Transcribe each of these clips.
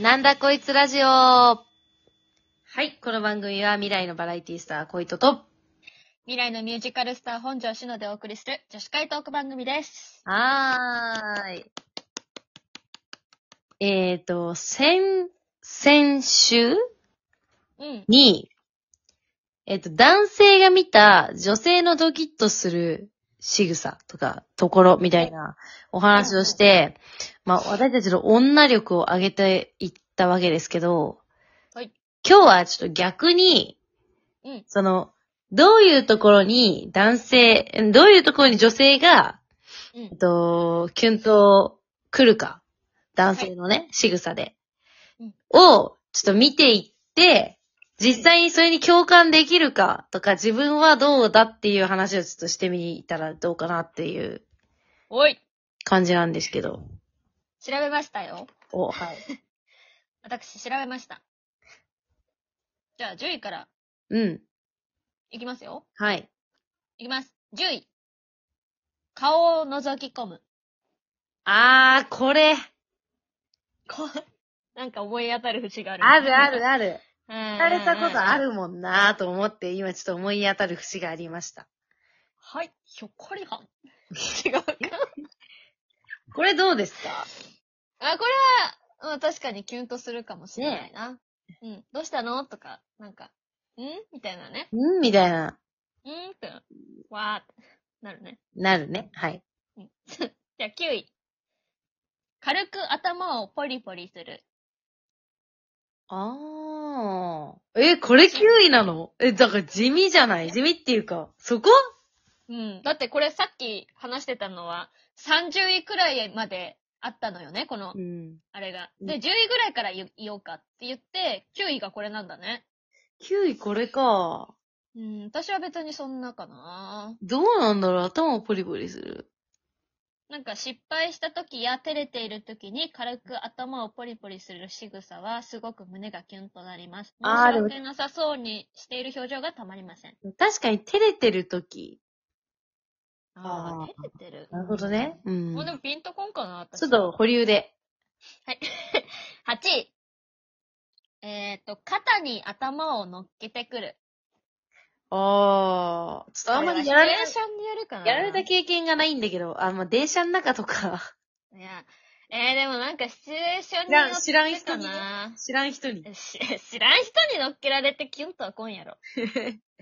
なんだこいつラジオはい、この番組は未来のバラエティスター、こいとと、未来のミュージカルスター本庄志乃でお送りする女子会トーク番組です。はーい。えーと、先、先週うん。に、えっ、と、男性が見た女性のドキッとする仕草とか、ところみたいなお話をして、まあ、私たちの女力を上げていったわけですけど、はい今日はちょっと逆に、うんその、どういうところに男性、うんどういうところに女性が、うんえっと、キュンと来るか。男性のね、仕草で。うんを、ちょっと見ていって、実際にそれに共感できるかとか、自分はどうだっていう話をちょっとしてみたらどうかなっていうおい感じなんですけど。調べましたよ。お、はい。私調べました。じゃあ10位からうん。いきますよ。はい。いきます。10位。顔を覗き込む。あー、これ。こう、なんか思い当たる節がある。あるあるある。うん。さされたことあ。るもんなーと思って、今ちょっと思い当たる節がありました。はい。ひょっこりはん。違うか。これどうですかあ、これは、うん、確かにキュンとするかもしれないな。うん。どうしたのとか、なんか、んみたいなね。んみたいな、うーんって、わーってなるね。なるね。はい。 じゃあ9位。軽く頭をポリポリする。あー。え、これ9位なのえ、だから地味じゃない地味っていうか、そこうん。だってこれさっき話してたのは、30位くらいまであったのよね、この、ん。あれが。うんで、10位ぐらいから言言おうかって言って、9位がこれなんだね。 9位これか。うん、私は別にそんなかな。どうなんだろう頭をポリポリする。なんか失敗した時や照れている時に軽く頭をポリポリする仕草はすごく胸がキュンとなります。あー申でしも訳なさそうにしている表情がたまりません。確かに照れてる時。あーああ、照れてる。なるほどね。ううんん。もうでもピンとこんかな、私。ちょっと保留で。 8位。えっ、と、肩に頭を乗っけてくる。あー。ちょっとあんまりやられシチュエーションによるかな。やられた経験がないんだけど、あ、まあ、電車の中とか、いや。えー、でもなんかシチュエーションによってかな。知らん知らん人に 知らん人に。し 知らん人に乗っけられてキュンとはこん やろ。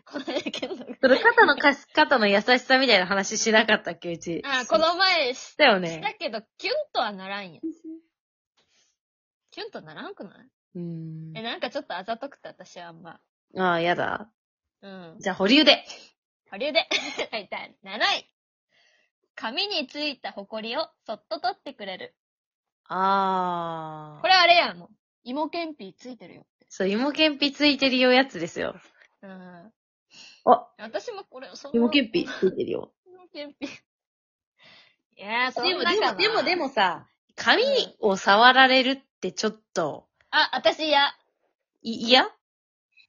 こんやけど。それ肩のかし、肩の優しさみたいな話しなかったっけ、うち。あ、この前しだよしたね。けど、キュンとはならんよ。キュンとならんくないうんえ、。なんかちょっとあざとくて私はあんま。ああ、やだ。うん。じゃあ、保留で。保留で。 はい、第7位。髪についたホコリをそっと取ってくれる。ああ。これあれやん、もう。芋けんぴついてるよ。そう、芋けんぴついてるよやつですよ。うん。あ、私もこれ、その芋けんぴついてるよ。芋けんぴ。いやー、そんでも、なでかも、なでも、で。もさ、髪を触られるってちょっと、あ、私嫌。い、嫌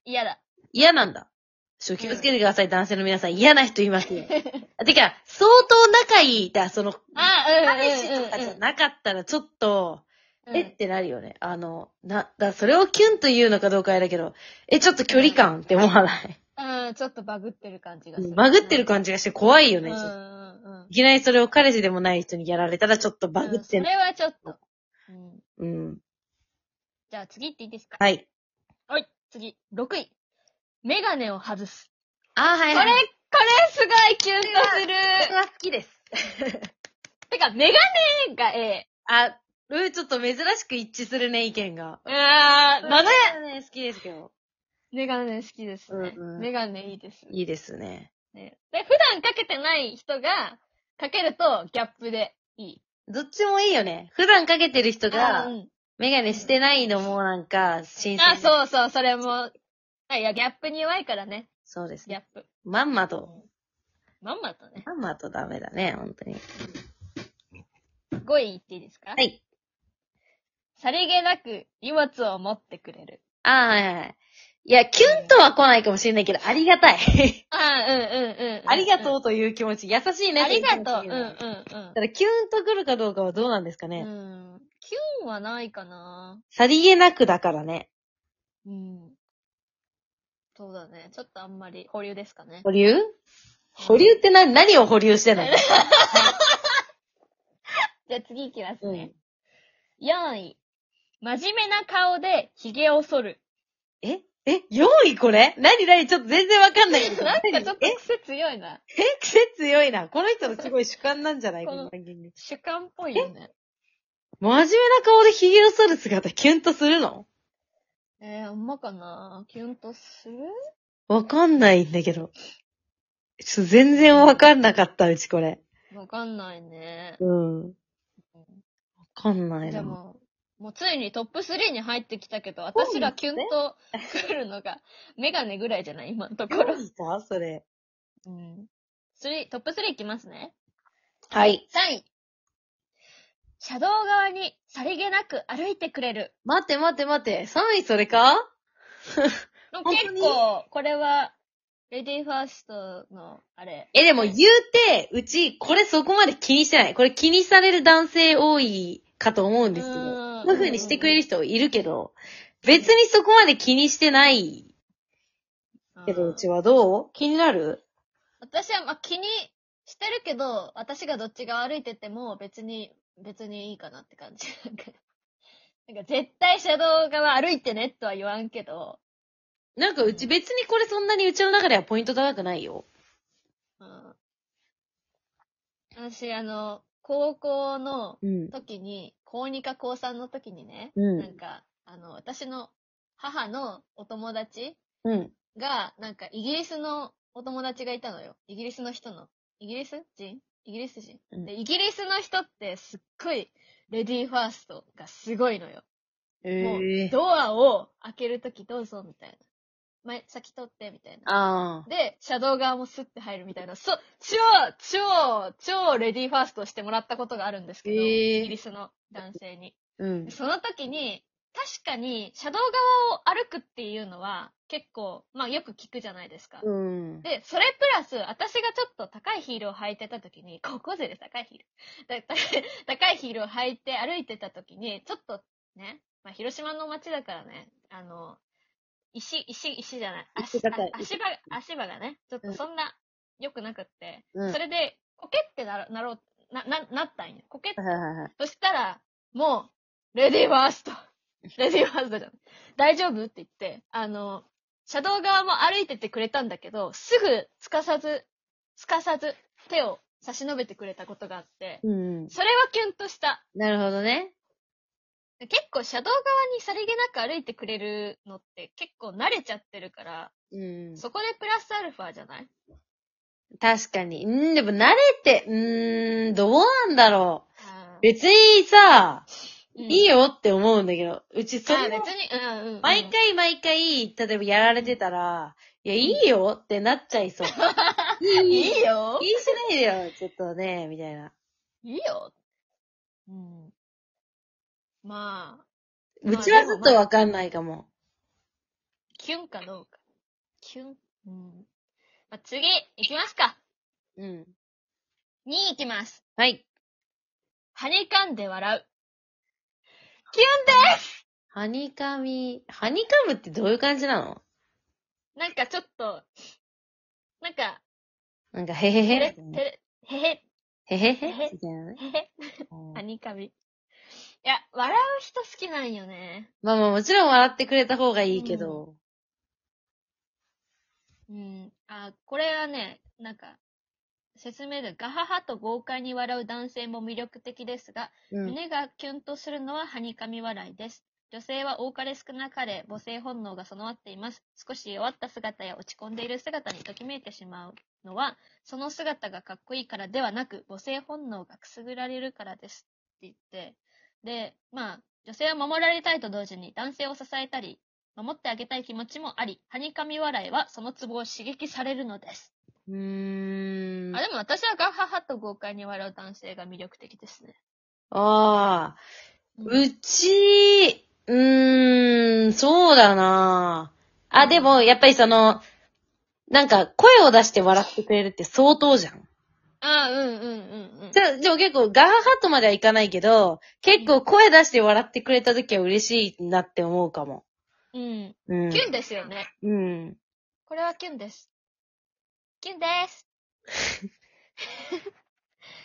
嫌だ。嫌なんだ。ちょっと気をつけてください、男性の皆さん。嫌な人います よ。あてか、相当仲いい、だ、その、あ、うん彼氏とかじゃなかったらちょっと、うんうんうん。えってなるよね。あの、な、だ、それをキュンと言うのかどうかあれだけど、え、ちょっと距離感って思わない。うん、ちょっとバグってる感じがする。バグってる感じがして怖いよじね。うちんょっとうんうんい。きなりそれを彼氏でもない人にやられたらちょっとバグってうんるそ。れはちょっと。うん。うん。じゃあ次行っていいですかはい。はい。次、6位。メガネを外す。あ、はこいれ、こはい。れすごいキュンとすこれる。は好きです。てか、メガネがええ。あ、うん、ちょっと珍しく一致するね、意見が。あー、まだね、好きですけど。メガネ好きですね。うんうんメガネいいです、いいですね。ね。で、普段かけてない人が、かけるとギャップでいい。どっちもいいよね。普段かけてる人あーうが、んメガネしてないのもなんか、新鮮。あ、う。そうそう、それも。あいや、ギャップに弱いからね。そうですギャね。ップ。まんまと。まんまとね。まんまとダメだね、本当に。 5位言っていいですかはい。さりげなく荷物を持ってくれる。ああ、はいはい。いや、キュンとは来ないかもしれないけど、ありがたい。あーうんうんうんうん。 ありがとうという気持ち、優しいね。ありがとう。いうん気持ちうだんから、キュンと来るかどうかはどうなんですかうね。ん。うん。キュンはないかな。さりげなくだからね。うん。そうだね。ちょっとあんまり保留ですかね。保留保留って何、何を保留してんのじゃあ次いきますうねん。 4位。真面目な顔で髭を剃る。ええ ?4 位これ何何ちょっと全然わかん ないけど。なんかちょっと何え癖強いな。え癖強いな。この人のすごい主観なんじゃないここのの番組。主観っぽいよね。真面目な顔で髭を剃る姿キュンとするのえー、あんまかなキュンとするわかんないんだけど。ちょっと全然わかんなかった、うちこれ。わかんないね。うん。わかんないじゃな。あもう、もうついにトップ3に入ってきたけど、私がキュンとくるのが、メガネぐらいじゃない 今のところ。いいかそれ。うん。3、トップ3いきますね。はい。 3位。車道側にさりげなく歩いてくれる。待って待って待って。3位それかも本う当結に構、これは、レディーファーストの、あれ。え、でも言うて、うち、これそこまで気にしてない。これ気にされる男性多いかと思うんですけど。そうんういう風にしてくれる人いるけど、別にそこまで気にしてないけど、うんうちはどう気になる私は、まあ、気にしてるけど、私がどっち側歩いてても、別に、別にいいかなって感じ。 なんかなんか絶対車道側歩いてねとは言わんけど、なんかうち別にこれそんなにうちの中ではポイント高くないよ。うん。私、あの、高校のうん。時に、高2か高3の時にね、うんなんか、あの、私の母のお友達うん。が、なんか、イギリスのお友達がいたのよ。イギリスの人の。イギリス人イギリス人、うんで、イギリスの人ってすっごい、レディーファーストがすごいのよ。もう、えー。ドアを開けるときどうぞ、みたいな。前、先取って、みたいな。ああ。で、シャドウ側もスッて入るみたいな、そ、超、超、超レディーファーストしてもらったことがあるんですけえど、ーイギリスの男性に。うん。その時に、確かに、車道側を歩くっていうのは、結構、まあよく聞くじゃないですか。うん。で、それプラス、私がちょっと高いヒールを履いてた時に、高校生で高いヒール。だ 高いヒールを履いて歩いてた時に、ちょっとね、まあ広島の街だからね、あの、石、石、石じゃない。足石高いあ足場、足場がね、ちょっとそんな良くなくって、うんそれで、コケってなろなろう、な、な、なったんや。コケってはいはいはい。そしたら、もう、レディーファー スト。レディーファーストじゃん。大丈夫って言って、あの、車道側も歩いててくれたんだけど、すぐ、つかさず、つかさず、手を差し伸べてくれたことがあって、うん。それはキュンとした。なるほどね。結構車道側にさりげなく歩いてくれるのって結構慣れちゃってるから、うん。そこでプラスアルファじゃない確かに。うん、でも慣れて、うーん、どうなんだろう。あー別にさ、うんいいよって思うんだけど、うちそあー、れ別をに、うんうんうん。毎回毎回、例えばやられてたら、いや、いいよってなっちゃいそう。いいいいよ気にしないでよ、ちょっとね、みたいな。いいようん。まあ、うちはちょっとわかんないかも。キュンかどうか。キュン。うん。まあ、次、行きますか。うん。 2位行きます。はい。はにかんで笑う。はにかみ、はにかむってどういう感じなのなんかちょっと、なんか、なんか、へへてへれ、。てれ、へへ、へへへへみたいなね。へへ、うんはにかみ。いや、笑う人好きなんよね。まあまあ、もちろん笑ってくれた方がいいけど。うん。あ、これはね、なんか、説明で、ガハハと豪快に笑う男性も魅力的ですが、うん。胸がキュンとするのははにかみ笑いです。女性は多かれ少なかれ母性本能が備わっています。少し弱った姿や落ち込んでいる姿にときめいてしまうのは、その姿がかっこいいからではなく、母性本能がくすぐられるからですって言って、で、まあ、女性は守られたいと同時に男性を支えたり、守ってあげたい気持ちもあり、はにかみ笑いはそのツボを刺激されるのです。うーん。あ、でも私はガッハハと豪快に笑う男性が魅力的ですね。ああ、うち、うーん、そうだなあ、でも、やっぱりその、なんか、声を出して笑ってくれるって相当じゃん。ああ、うんうんうんうん。じゃあ、でも結構ガハハとまではいかないけど、結構声出して笑ってくれた時は嬉しいなって思うかも。うん。うん。キュンですよね。うん。これはキュンです。キュ ンです。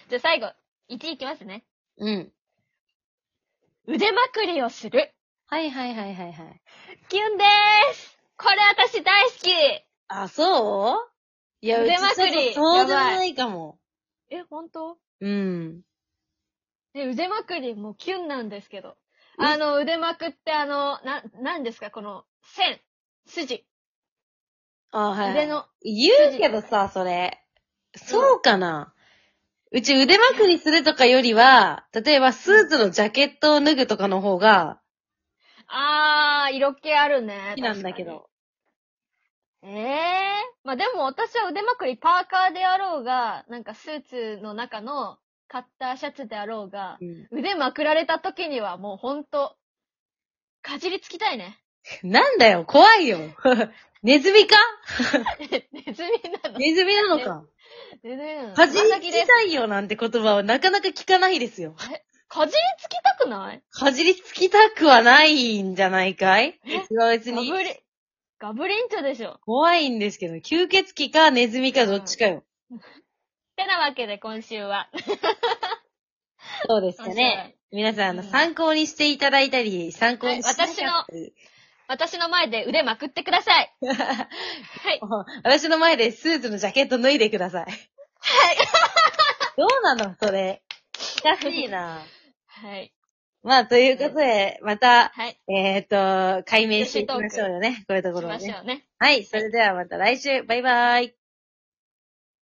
じゃあ最後、1いきますね。うん。腕まくりをする。はいはいはいはいはい。キュンでーす。これ私大好き。あ、そういや、う腕ちまくりちょっとそうでもやばいないかも。え、本当うん。え、腕まくりもキュンなんですけど。あの、腕まくってあの、な、なんですかこの、線、筋、あ、はい。腕の。言うけどさ、それ。そうかな、うち腕まくりするとかよりは、例えばスーツのジャケットを脱ぐとかの方があー、色気あるね。好きなんだけど。確かに。ええー。まあ、でも私は腕まくりパーカーであろうが、なんかスーツの中のカッターシャツであろうが、うん腕まくられた時にはもうほんと、かじりつきたいね。 なんだよ、怖いよ。 ネズミかネズミなの。ネズミなのか。ネズミなの。かじりまさきつできすたいよなんて言葉はなかなか聞かないですよ。かじりつきたくないかじりつきたくはないんじゃないかい私は別ガブにリ、ガブリンチョでしょ。怖いんですけど、吸血鬼かネズミかどっちかよ。てなわけで今週は。 そうですよね。皆さん、あの、うん参考にしていただいたり、参考にしなかったりはい私の前で腕まくってく ださい。はい。もう 私の前でスーツのジャケット脱いでく ださい。はい。どうなのそれ。難しいな。はい。 まあ、ということで、また、はい。えっ、と、解明していきましょうよね。こういうと行こきろをましね。ょうね。はい。それではまた来週。バイバイ。